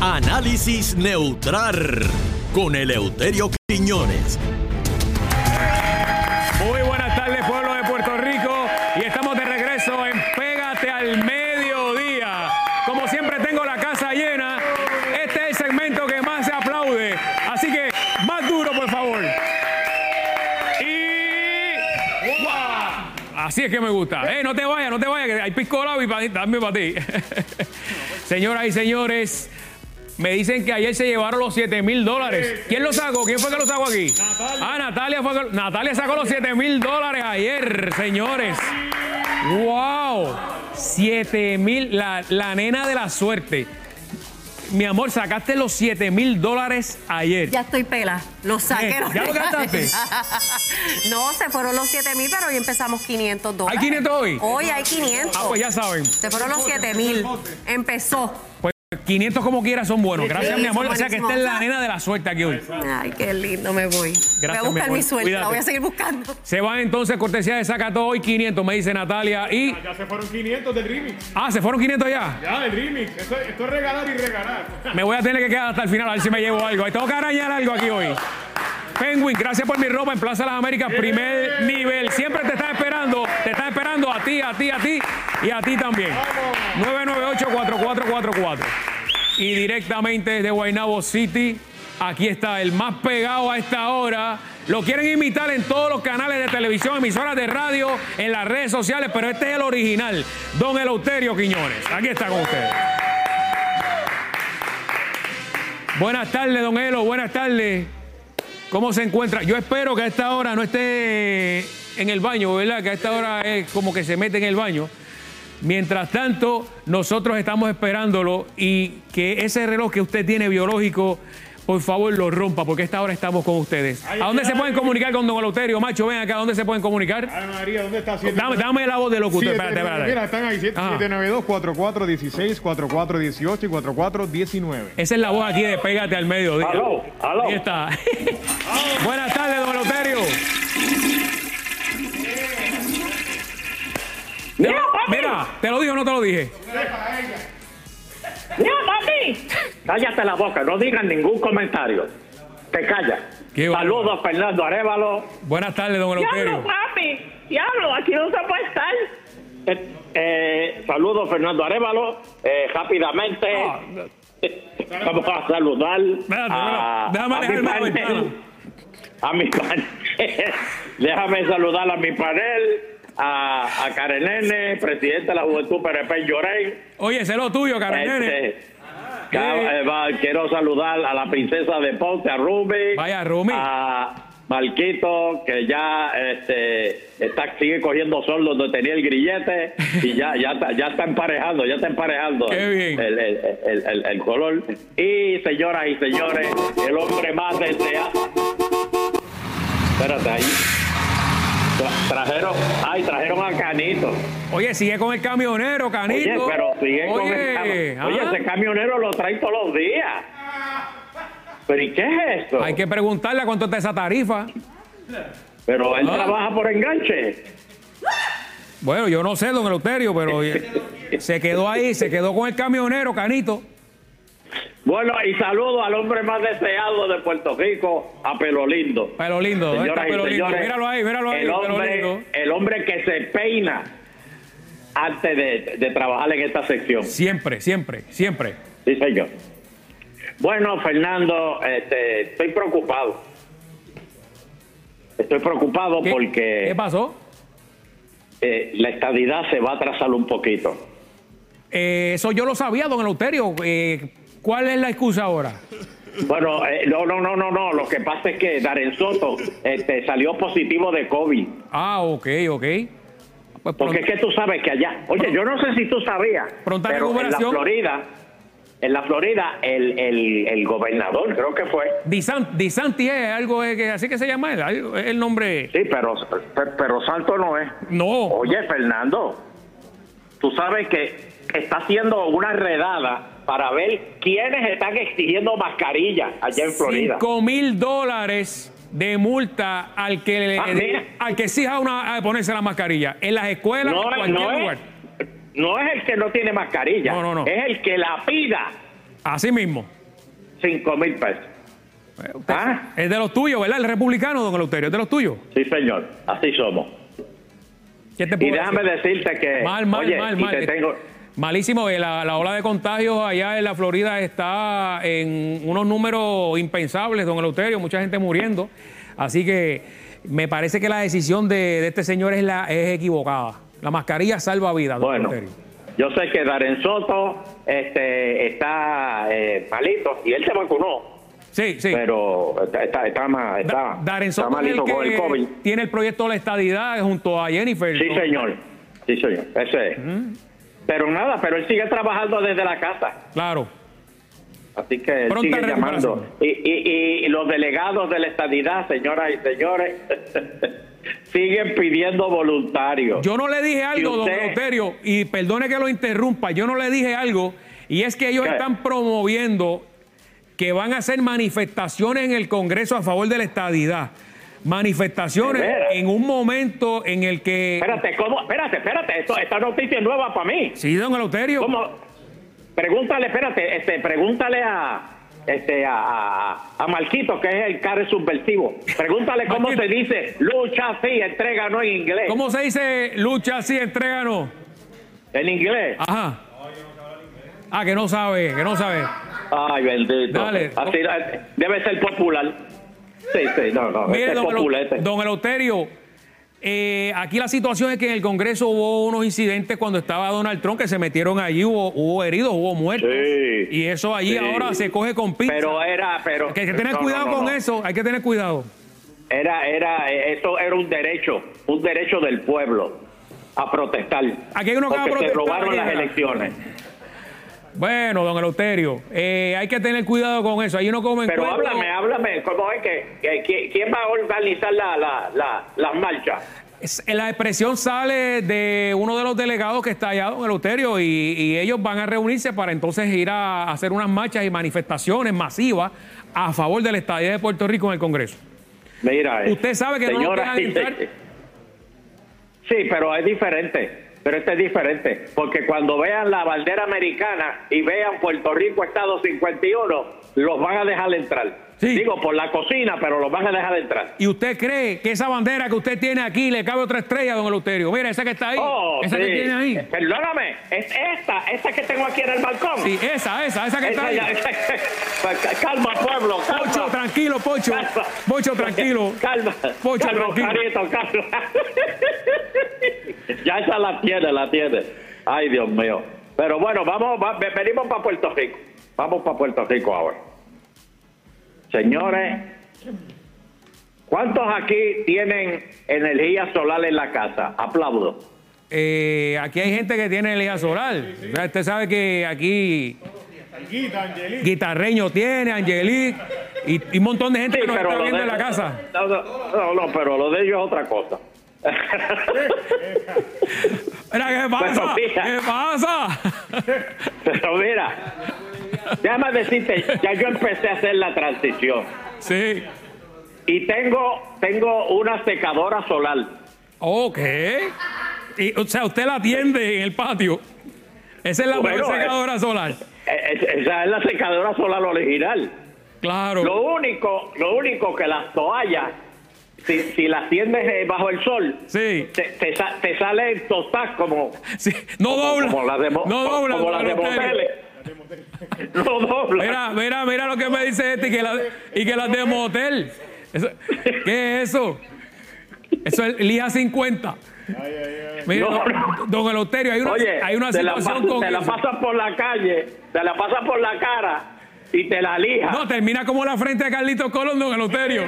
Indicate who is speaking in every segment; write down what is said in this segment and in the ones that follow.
Speaker 1: Análisis neutral con Eleuterio Quiñones.
Speaker 2: Muy buenas tardes, pueblo de Puerto Rico. Y estamos de regreso en Pégate al Mediodía. Como siempre, tengo la casa llena. Este es el segmento que más se aplaude. Así que, más duro, por favor. Y. ¡Guau! Así es que me gusta. Eh, no te vayas, no te vayas, que hay pisco colado y pa- también para ti. Señoras y señores, me dicen que ayer se llevaron los 7 mil dólares. ¿Quién los sacó? ¿Quién fue que los sacó aquí? Natalia. Ah, Natalia fue que- Natalia sacó los 7 mil dólares ayer, señores. ¡Wow! 7 mil, la, la nena de la suerte. Mi amor, sacaste los 7 mil dólares ayer.
Speaker 3: Ya estoy pela, los saqué.
Speaker 2: Eh,
Speaker 3: los
Speaker 2: ¿ya lo
Speaker 3: regalé.
Speaker 2: gastaste?
Speaker 3: no, se fueron los 7 mil, pero hoy empezamos 500 dólares.
Speaker 2: ¿Hay 500 hoy?
Speaker 3: Hoy hay 500.
Speaker 2: Ah, pues ya saben.
Speaker 3: Se fueron los 7 mil. Empezó.
Speaker 2: Pues 500 como quiera son buenos. Gracias,
Speaker 3: Sí,
Speaker 2: mi amor.
Speaker 3: son
Speaker 2: O sea que esta es
Speaker 3: buenísimos.
Speaker 2: la nena de la suerte aquí hoy.
Speaker 3: Ay, qué lindo, me voy. voy a
Speaker 2: mi
Speaker 3: buscar
Speaker 2: amor.
Speaker 3: mi, suerte,
Speaker 2: Cuídate.
Speaker 3: la voy a seguir buscando.
Speaker 2: Se van entonces cortesía de Sacató hoy 500, me dice Natalia. Y.
Speaker 4: Ya se fueron 500 del remix.
Speaker 2: Ah, se fueron 500 ya.
Speaker 4: Ya, del remix. Eso- esto es regalar y regalar.
Speaker 2: Me voy a tener que quedar hasta el final a ver si me llevo algo. Tengo que arañar algo aquí hoy. Penguin, gracias por mi ropa en Plaza Las Américas, primer nivel. Siempre te está esperando, te está esperando a ti, a ti, a ti y a ti también. 998-4444. Y directamente desde Guaynabo City, aquí está el más pegado a esta hora. Lo quieren imitar en todos los canales de televisión, emisoras de radio, en las redes sociales, pero este es el original, Don Eleuterio Quiñones. Aquí está con ustedes. Buenas tardes, don Elo, buenas tardes. ¿Cómo se encuentra? Yo espero que a esta hora no esté en el baño, ¿verdad? Que a esta hora es como que se mete en el baño. Mientras tanto, nosotros estamos esperándolo y que ese reloj que usted tiene biológico, por favor, lo rompa, porque a esta hora estamos con ustedes. ¿A dónde se pueden comunicar con don Eleuterio, macho? Ven acá, ¿a dónde se pueden comunicar?
Speaker 4: Ay, María, ¿dónde está? Siete-
Speaker 2: Dame, dame la voz de locutor,
Speaker 4: Siete-
Speaker 2: espérate, Ah, espérate.
Speaker 4: Mira, están ahí
Speaker 2: Ajá.
Speaker 4: 792-4416, 4418 y 4419.
Speaker 2: Esa es la voz aquí de Pégate al Mediodía.
Speaker 5: Aló, aló.
Speaker 2: Ahí está. Buenas tardes, don Eleuterio.
Speaker 5: Mira, papi.
Speaker 2: Mira, ¿te lo dije o no te lo dije?
Speaker 5: Mira, papi. Cállate la boca, no digas ningún comentario. Te callas.
Speaker 2: Qué bárbaro.
Speaker 5: Saludos, Fernando Arevalo.
Speaker 2: Buenas tardes, don
Speaker 6: Diablo,
Speaker 2: Eleuterio.
Speaker 6: papi. Diablo, aquí no se puede estar.
Speaker 5: Eh, eh, saludos, Fernando Arevalo. Eh, rápidamente. Vamos a saludar
Speaker 2: Ah, Espérate, espérate.
Speaker 5: a,
Speaker 2: Déjame
Speaker 5: a
Speaker 2: alejarme
Speaker 5: mi
Speaker 2: de la ventana.
Speaker 5: panel. A mi panel. Déjame saludar a mi panel, a, a Karen Nene, presidente de la Juventud PRP Llorén.
Speaker 2: Oye, ese es lo tuyo, Carmen.
Speaker 5: Este, ca- eh, va- quiero saludar a la princesa de Ponce, a Rumi.
Speaker 2: Vaya, Rumi.
Speaker 5: A Marquito, que ya este, está, sigue cogiendo sol donde tenía el grillete y ya, ya, está, ya está emparejando, ya está emparejando
Speaker 2: Qué bien.
Speaker 5: El, el- el- el- el color. Y señoras y señores, el hombre más deseado. Espérate ahí. Tra- Trajeron, ay, trajeron a Canito.
Speaker 2: Oye, sigue con el camionero,
Speaker 5: Oye,
Speaker 2: Canito.
Speaker 5: pero sigue con el
Speaker 2: Oye,
Speaker 5: cam- Oye,
Speaker 2: ¿ah?
Speaker 5: ese camionero lo trae todos los días. ¿Pero y qué es esto?
Speaker 2: Hay que preguntarle a cuánto está esa tarifa.
Speaker 5: Pero él
Speaker 2: Ah.
Speaker 5: trabaja por enganche.
Speaker 2: Bueno, yo no sé, don Eleuterio, pero oye, se quedó ahí, se quedó con el camionero, Canito.
Speaker 5: Bueno, y saludo al hombre más deseado de Puerto Rico, a Pelo Lindo.
Speaker 2: Pelo lindo, ¿dónde está
Speaker 5: Señoras y
Speaker 2: Pelo lindo?
Speaker 5: señores,
Speaker 2: Míralo ahí, míralo ahí,
Speaker 5: el
Speaker 2: Pelo
Speaker 5: hombre,
Speaker 2: lindo.
Speaker 5: el hombre que se peina antes de, de trabajar en esta sección.
Speaker 2: Siempre, siempre, siempre.
Speaker 5: Sí, señor. Bueno, Fernando, este, estoy preocupado. Estoy preocupado
Speaker 2: ¿Qué,
Speaker 5: porque...
Speaker 2: ¿Qué pasó?
Speaker 5: eh, la estadidad se va a atrasar un poquito.
Speaker 2: Eh, eso yo lo sabía, don Eleuterio. Eh, ¿Cuál es la excusa ahora?
Speaker 5: Bueno, eh, no, no, no, no, no. Lo que pasa es que Darren Soto este, salió positivo de COVID.
Speaker 2: Ah, ok, ok. Pues
Speaker 5: Porque
Speaker 2: pronto-
Speaker 5: es que tú sabes que allá. Oye, yo no sé si tú sabías.
Speaker 2: Pronta
Speaker 5: pero en la
Speaker 2: recuperación.
Speaker 5: Florida, en la Florida, el, el, el gobernador, creo que fue.
Speaker 2: Disan- Disanti es algo eh, que así que se llama él, algo- es el nombre.
Speaker 5: Sí, pero, pe- pero Santo no es.
Speaker 2: No.
Speaker 5: Oye, Fernando, tú sabes que está haciendo una redada para ver quiénes están exigiendo mascarilla allá en Florida.
Speaker 2: 5 mil dólares de multa al que le-
Speaker 5: Ah, mira.
Speaker 2: al que exija una, a ponerse la mascarilla en las escuelas en
Speaker 5: no,
Speaker 2: cualquier
Speaker 5: no
Speaker 2: lugar.
Speaker 5: es, no es el que no tiene mascarilla,
Speaker 2: No, no, no.
Speaker 5: es el que la pida
Speaker 2: Así mismo.
Speaker 5: 5 mil pesos.
Speaker 2: Eh, usted-
Speaker 5: Ah.
Speaker 2: Es de los tuyos, ¿verdad? El republicano, don Eleuterio, es de los tuyos.
Speaker 5: Sí, señor, así somos.
Speaker 2: ¿Qué te
Speaker 5: Y
Speaker 2: puedo
Speaker 5: déjame
Speaker 2: decir?
Speaker 5: decirte que.
Speaker 2: Pues, Mal, mal,
Speaker 5: oye,
Speaker 2: mal, este
Speaker 5: y
Speaker 2: mal.
Speaker 5: te tengo.
Speaker 2: Malísimo, eh, la, la ola de contagios allá en la Florida está en unos números impensables, don Eleuterio, mucha gente muriendo. Así que me parece que la decisión de, de este señor es, la, es equivocada. La mascarilla salva vidas, don
Speaker 5: Bueno,
Speaker 2: Eleuterio.
Speaker 5: yo sé que Darren Soto este, está eh, malito y él se vacunó,
Speaker 2: Sí, sí.
Speaker 5: pero está, está, está, ma- está-
Speaker 2: Da- Darren
Speaker 5: está
Speaker 2: Soto es
Speaker 5: malito
Speaker 2: el
Speaker 5: con
Speaker 2: que
Speaker 5: el COVID.
Speaker 2: tiene el proyecto de la estadidad junto a Jennifer.
Speaker 5: Sí,
Speaker 2: don-
Speaker 5: señor. Sí, señor. Ese es. Pero nada, pero él sigue trabajando desde la casa.
Speaker 2: Claro.
Speaker 5: Así que él
Speaker 2: Pronta
Speaker 5: sigue
Speaker 2: recuperación.
Speaker 5: llamando. Y, y, y los delegados de la estadidad, señoras y señores, siguen pidiendo voluntarios.
Speaker 2: Yo no le dije algo,
Speaker 5: ¿Y
Speaker 2: don
Speaker 5: usted?
Speaker 2: Eleuterio, y perdone que lo interrumpa, yo no le dije algo, y es que ellos
Speaker 5: ¿Qué?
Speaker 2: están promoviendo que van a hacer manifestaciones en el Congreso a favor de la estadidad. Manifestaciones
Speaker 5: ¿De veras?
Speaker 2: en un momento en el que...
Speaker 5: Espérate, ¿cómo? Espérate, espérate. Esto, esta noticia es nueva para mí.
Speaker 2: Sí, don Eleuterio.
Speaker 5: ¿Cómo? Pregúntale, espérate, este, pregúntale a este a, a, a Marquito, que es el care subversivo. Pregúntale cómo
Speaker 2: Marquito.
Speaker 5: se dice lucha sí, entrega no en inglés.
Speaker 2: ¿Cómo se dice lucha así, entrega no?
Speaker 5: En inglés.
Speaker 2: Ajá. Ah, que no sabe, que no sabe.
Speaker 5: Ay, bendito.
Speaker 2: Ah. Dale.
Speaker 5: Así, eh, debe ser popular. Sí, sí, no, no.
Speaker 2: Mire,
Speaker 5: este es
Speaker 2: don,
Speaker 5: popular.
Speaker 2: Eleu-
Speaker 5: este.
Speaker 2: don Eleuterio, eh, aquí la situación es que en el Congreso hubo unos incidentes cuando estaba Donald Trump que se metieron allí, hubo, hubo heridos, hubo muertos.
Speaker 5: Sí.
Speaker 2: y eso allí
Speaker 5: Sí.
Speaker 2: ahora se coge con pinzas.
Speaker 5: Pero era, pero.
Speaker 2: que hay que tener
Speaker 5: no, no,
Speaker 2: cuidado
Speaker 5: no,
Speaker 2: con
Speaker 5: no.
Speaker 2: eso, hay que tener cuidado.
Speaker 5: Era, era, eh, eso era un derecho, un derecho del pueblo a protestar.
Speaker 2: Aquí hay uno que va a
Speaker 5: porque se
Speaker 2: protestar,
Speaker 5: robaron las
Speaker 2: mira.
Speaker 5: elecciones.
Speaker 2: Bueno, don Eleuterio, eh, hay que tener cuidado con eso. Ahí uno come
Speaker 5: Pero
Speaker 2: encuentro-
Speaker 5: háblame, háblame, ¿cómo es que, que- que- quién va a organizar la, la, la, las marchas?
Speaker 2: Es- La expresión sale de uno de los delegados que está allá, don Eleuterio, y, y ellos van a reunirse para entonces ir a hacer unas marchas y manifestaciones masivas a favor de la estadía de Puerto Rico en el Congreso.
Speaker 5: Mira, eh,
Speaker 2: Usted sabe que no nos
Speaker 5: señora,
Speaker 2: dejan entrar.
Speaker 5: Sí, pero es diferente. Pero este es diferente, porque cuando vean la bandera americana y vean Puerto Rico Estado 51, los van a dejar entrar.
Speaker 2: Sí.
Speaker 5: Digo, por la cocina, pero los van a dejar entrar.
Speaker 2: ¿Y usted cree que esa bandera que usted tiene aquí le cabe otra estrella, don Eleuterio? Mira, esa que está ahí.
Speaker 5: Oh,
Speaker 2: esa que
Speaker 5: sí.
Speaker 2: tiene ahí.
Speaker 5: Perdóname, es esta, esta que tengo aquí en el balcón.
Speaker 2: Sí, esa, esa, esa que está
Speaker 5: Esa
Speaker 2: ahí.
Speaker 5: ya- calma, pueblo, calma.
Speaker 2: Pocho, tranquilo, Pocho.
Speaker 5: Calma.
Speaker 2: Pocho, tranquilo.
Speaker 5: Calma.
Speaker 2: Pocho,
Speaker 5: calma,
Speaker 2: tranquilo.
Speaker 5: carito, calma. ya esa la tiene, la tiene. Ay, Dios mío. Pero bueno, vamos, va- ve- venimos para Puerto Rico. Vamos para Puerto Rico ahora. Señores, ¿cuántos aquí tienen energía solar en la casa? Aplaudo.
Speaker 2: Eh, aquí hay gente que tiene Elías solar. O sea, usted sabe que aquí
Speaker 4: Guita, Angelita.
Speaker 2: Guitarreño tiene, Angelique, y, y un montón de gente que nos está
Speaker 5: lo
Speaker 2: viendo
Speaker 5: de-
Speaker 2: en la casa.
Speaker 5: No, no, no, no, pero lo de ellos es otra cosa.
Speaker 2: Mira, ¿qué pasa?
Speaker 5: Bueno, mira.
Speaker 2: ¿Qué pasa?
Speaker 5: Pero mira, déjame decirte, ya yo empecé a hacer la transición
Speaker 2: sí.
Speaker 5: y tengo, tengo una secadora solar.
Speaker 2: Ok. Y, o sea, usted la atiende en el patio. Esa es la
Speaker 5: Bueno,
Speaker 2: mejor
Speaker 5: eh.
Speaker 2: secadora solar.
Speaker 5: E- e- Esa es la secadora solar original.
Speaker 2: Claro.
Speaker 5: Lo único, lo único que las toallas, si, si las tiendes eh, bajo el sol,
Speaker 2: Sí.
Speaker 5: te, te, sa- te salen tostadas como,
Speaker 2: Sí, No dobla.
Speaker 5: como las de, mo-
Speaker 2: no
Speaker 5: como-
Speaker 2: dobla.
Speaker 5: como
Speaker 2: don
Speaker 5: las de
Speaker 2: Eleuterio.
Speaker 5: moteles. No dobla.
Speaker 2: Mira, mira, mira lo que me dice este y que, la, y que las de motel. Eso- ¿Qué es eso? Eso es lija 50. Mira,
Speaker 5: No, no.
Speaker 2: don Eleuterio, hay una,
Speaker 5: Oye,
Speaker 2: hay una
Speaker 5: te la
Speaker 2: situación
Speaker 5: pas-
Speaker 2: con
Speaker 5: te la
Speaker 2: eso.
Speaker 5: pasas por la calle, te la pasas por la cara y te la lija.
Speaker 2: No, termina como la frente de Carlitos Colón, don Eleuterio.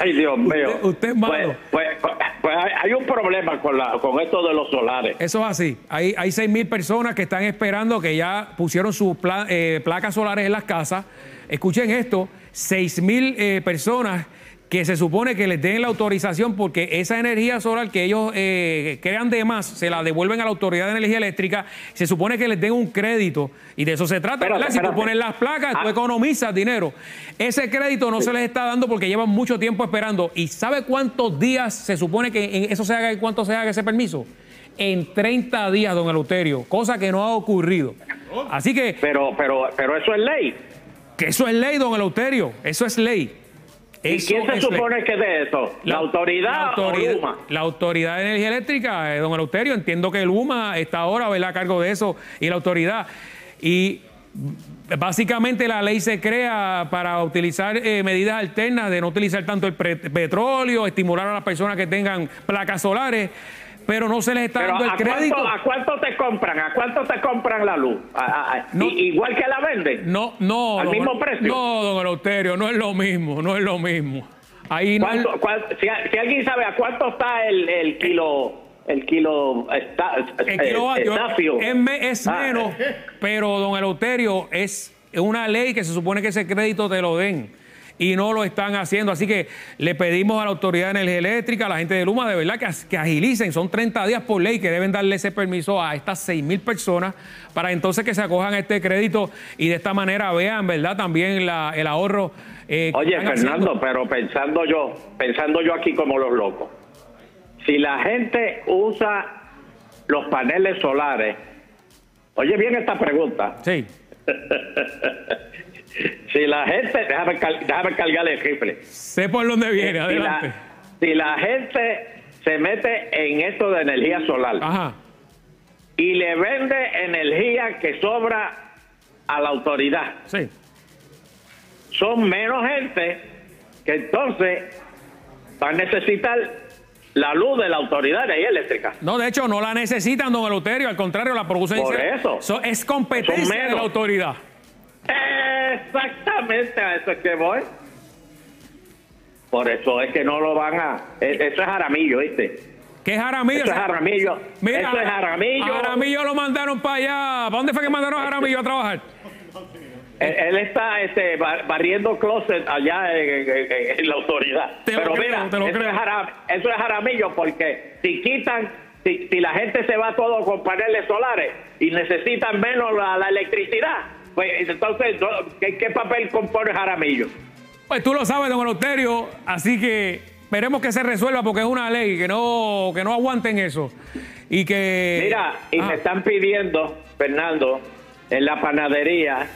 Speaker 5: Ay, Dios mío.
Speaker 2: usted es malo.
Speaker 5: Pues, pues- pues hay- hay un problema con, la, con esto de los solares.
Speaker 2: Eso es así. Hay, hay 6.000 personas que están esperando que ya pusieron sus pla- eh, placas solares en las casas. Escuchen esto, 6.000 eh, personas que se supone que les den la autorización porque esa energía solar que ellos eh, crean de más se la devuelven a la Autoridad de Energía Eléctrica. Se supone que les den un crédito y de eso se trata.
Speaker 5: Espérate,
Speaker 2: ¿verdad? si tú
Speaker 5: espérate.
Speaker 2: pones las placas, tú
Speaker 5: Ah.
Speaker 2: economizas dinero. Ese crédito no se les está dando porque llevan mucho tiempo esperando. ¿Y sabe cuántos días se supone que en eso se haga y cuánto se haga ese permiso? en 30 días, don Eleuterio, cosa que no ha ocurrido. Así que,
Speaker 5: Pero, pero, pero eso es ley.
Speaker 2: que eso es ley, don Eleuterio, eso es ley.
Speaker 5: ¿Y
Speaker 2: Eso
Speaker 5: quién se
Speaker 2: es ley.
Speaker 5: supone que de eso? ¿La, autoridad,
Speaker 2: la autoridad,
Speaker 5: o Luma?
Speaker 2: la autoridad de energía eléctrica, eh, don Eleuterio, entiendo que Luma está ahora ¿verdad? a cargo de eso y la autoridad. Y b- básicamente la ley se crea para utilizar eh, medidas alternas de no utilizar tanto el pre- petróleo, estimular a las personas que tengan placas solares, pero no se les está
Speaker 5: Pero
Speaker 2: dando el
Speaker 5: ¿a
Speaker 2: crédito.
Speaker 5: cuánto, ¿a cuánto te compran? ¿A cuánto te compran la luz? ¿A- a- a-
Speaker 2: No.
Speaker 5: i- ¿Igual que la venden?
Speaker 2: No, no.
Speaker 5: ¿Al
Speaker 2: don-
Speaker 5: mismo precio?
Speaker 2: No, don Eleuterio, no es lo mismo, no es lo mismo. Ahí no es-
Speaker 5: ¿Cuánto- cuál- si, a- si alguien sabe a cuánto está el, el kilo... El kilo... Está,
Speaker 2: el
Speaker 5: eh,
Speaker 2: kilovatio
Speaker 5: estafio?
Speaker 2: es, me- es
Speaker 5: Ah,
Speaker 2: menos, pero don Eleuterio, es una ley que se supone que ese crédito te lo den y no lo están haciendo. Así que le pedimos a la autoridad de energía eléctrica, a la gente de Luma, de verdad, que, as- que agilicen. Son 30 días por ley que deben darle ese permiso a estas 6 mil personas para entonces que se acojan a este crédito y de esta manera vean, ¿verdad?, también la- el ahorro. eh, que
Speaker 5: Oye,
Speaker 2: están haciendo.
Speaker 5: Fernando, pero pensando yo, pensando yo aquí como los locos, si la gente usa los paneles solares, oye bien esta pregunta,
Speaker 2: Sí.
Speaker 5: si la gente, déjame, cal- déjame cargar el rifle,
Speaker 2: Sé por dónde viene,
Speaker 5: si
Speaker 2: adelante.
Speaker 5: Eh, la, si la gente se mete en esto de energía solar
Speaker 2: Ajá.
Speaker 5: y le vende energía que sobra a la autoridad,
Speaker 2: Sí.
Speaker 5: son menos gente que entonces va a necesitar la luz de la autoridad de ahí eléctrica.
Speaker 2: No, de hecho, no la necesitan, don Eleuterio. Al contrario, la producen. y
Speaker 5: Por
Speaker 2: se-
Speaker 5: eso.
Speaker 2: so- es
Speaker 5: Son
Speaker 2: competencia
Speaker 5: menos.
Speaker 2: de la autoridad.
Speaker 5: Exactamente a eso es que voy. Por eso es que no lo van a. e- Eso es Aramillo, ¿viste?
Speaker 2: Que es Jaramillo.
Speaker 5: Eso es Jaramillo.
Speaker 2: Mira,
Speaker 5: Eso es Jaramillo.
Speaker 2: a Jaramillo lo mandaron para allá. ¿Para dónde fue que mandaron a Jaramillo a trabajar?
Speaker 5: Él, él está este, bar- barriendo closet allá en, en- en- en la autoridad.
Speaker 2: Te lo
Speaker 5: Pero
Speaker 2: creo,
Speaker 5: mira,
Speaker 2: te lo
Speaker 5: eso,
Speaker 2: creo.
Speaker 5: Es Jara- eso es Jaramillo porque si quitan, si, si la gente se va todo con paneles solares y necesitan menos la, la electricidad, pues entonces, ¿no? ¿qué, qué papel compone Jaramillo?
Speaker 2: Pues tú lo sabes, don Eleuterio. Así que veremos que se resuelva porque es una ley. Que no, que no aguanten eso. Y que.
Speaker 5: Mira, y
Speaker 2: Ajá.
Speaker 5: me están pidiendo, Fernando, en la panadería,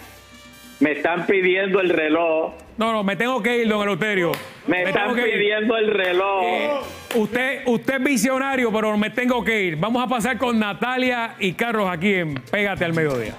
Speaker 5: me están pidiendo el reloj,
Speaker 2: No, no, me tengo que ir, don Eleuterio.
Speaker 5: me, están
Speaker 2: tengo que ir. Eh,
Speaker 5: pidiendo el reloj.
Speaker 2: Usted, usted es visionario, pero me tengo que ir. Vamos a pasar con Natalia y Carlos aquí en Pégate al Mediodía.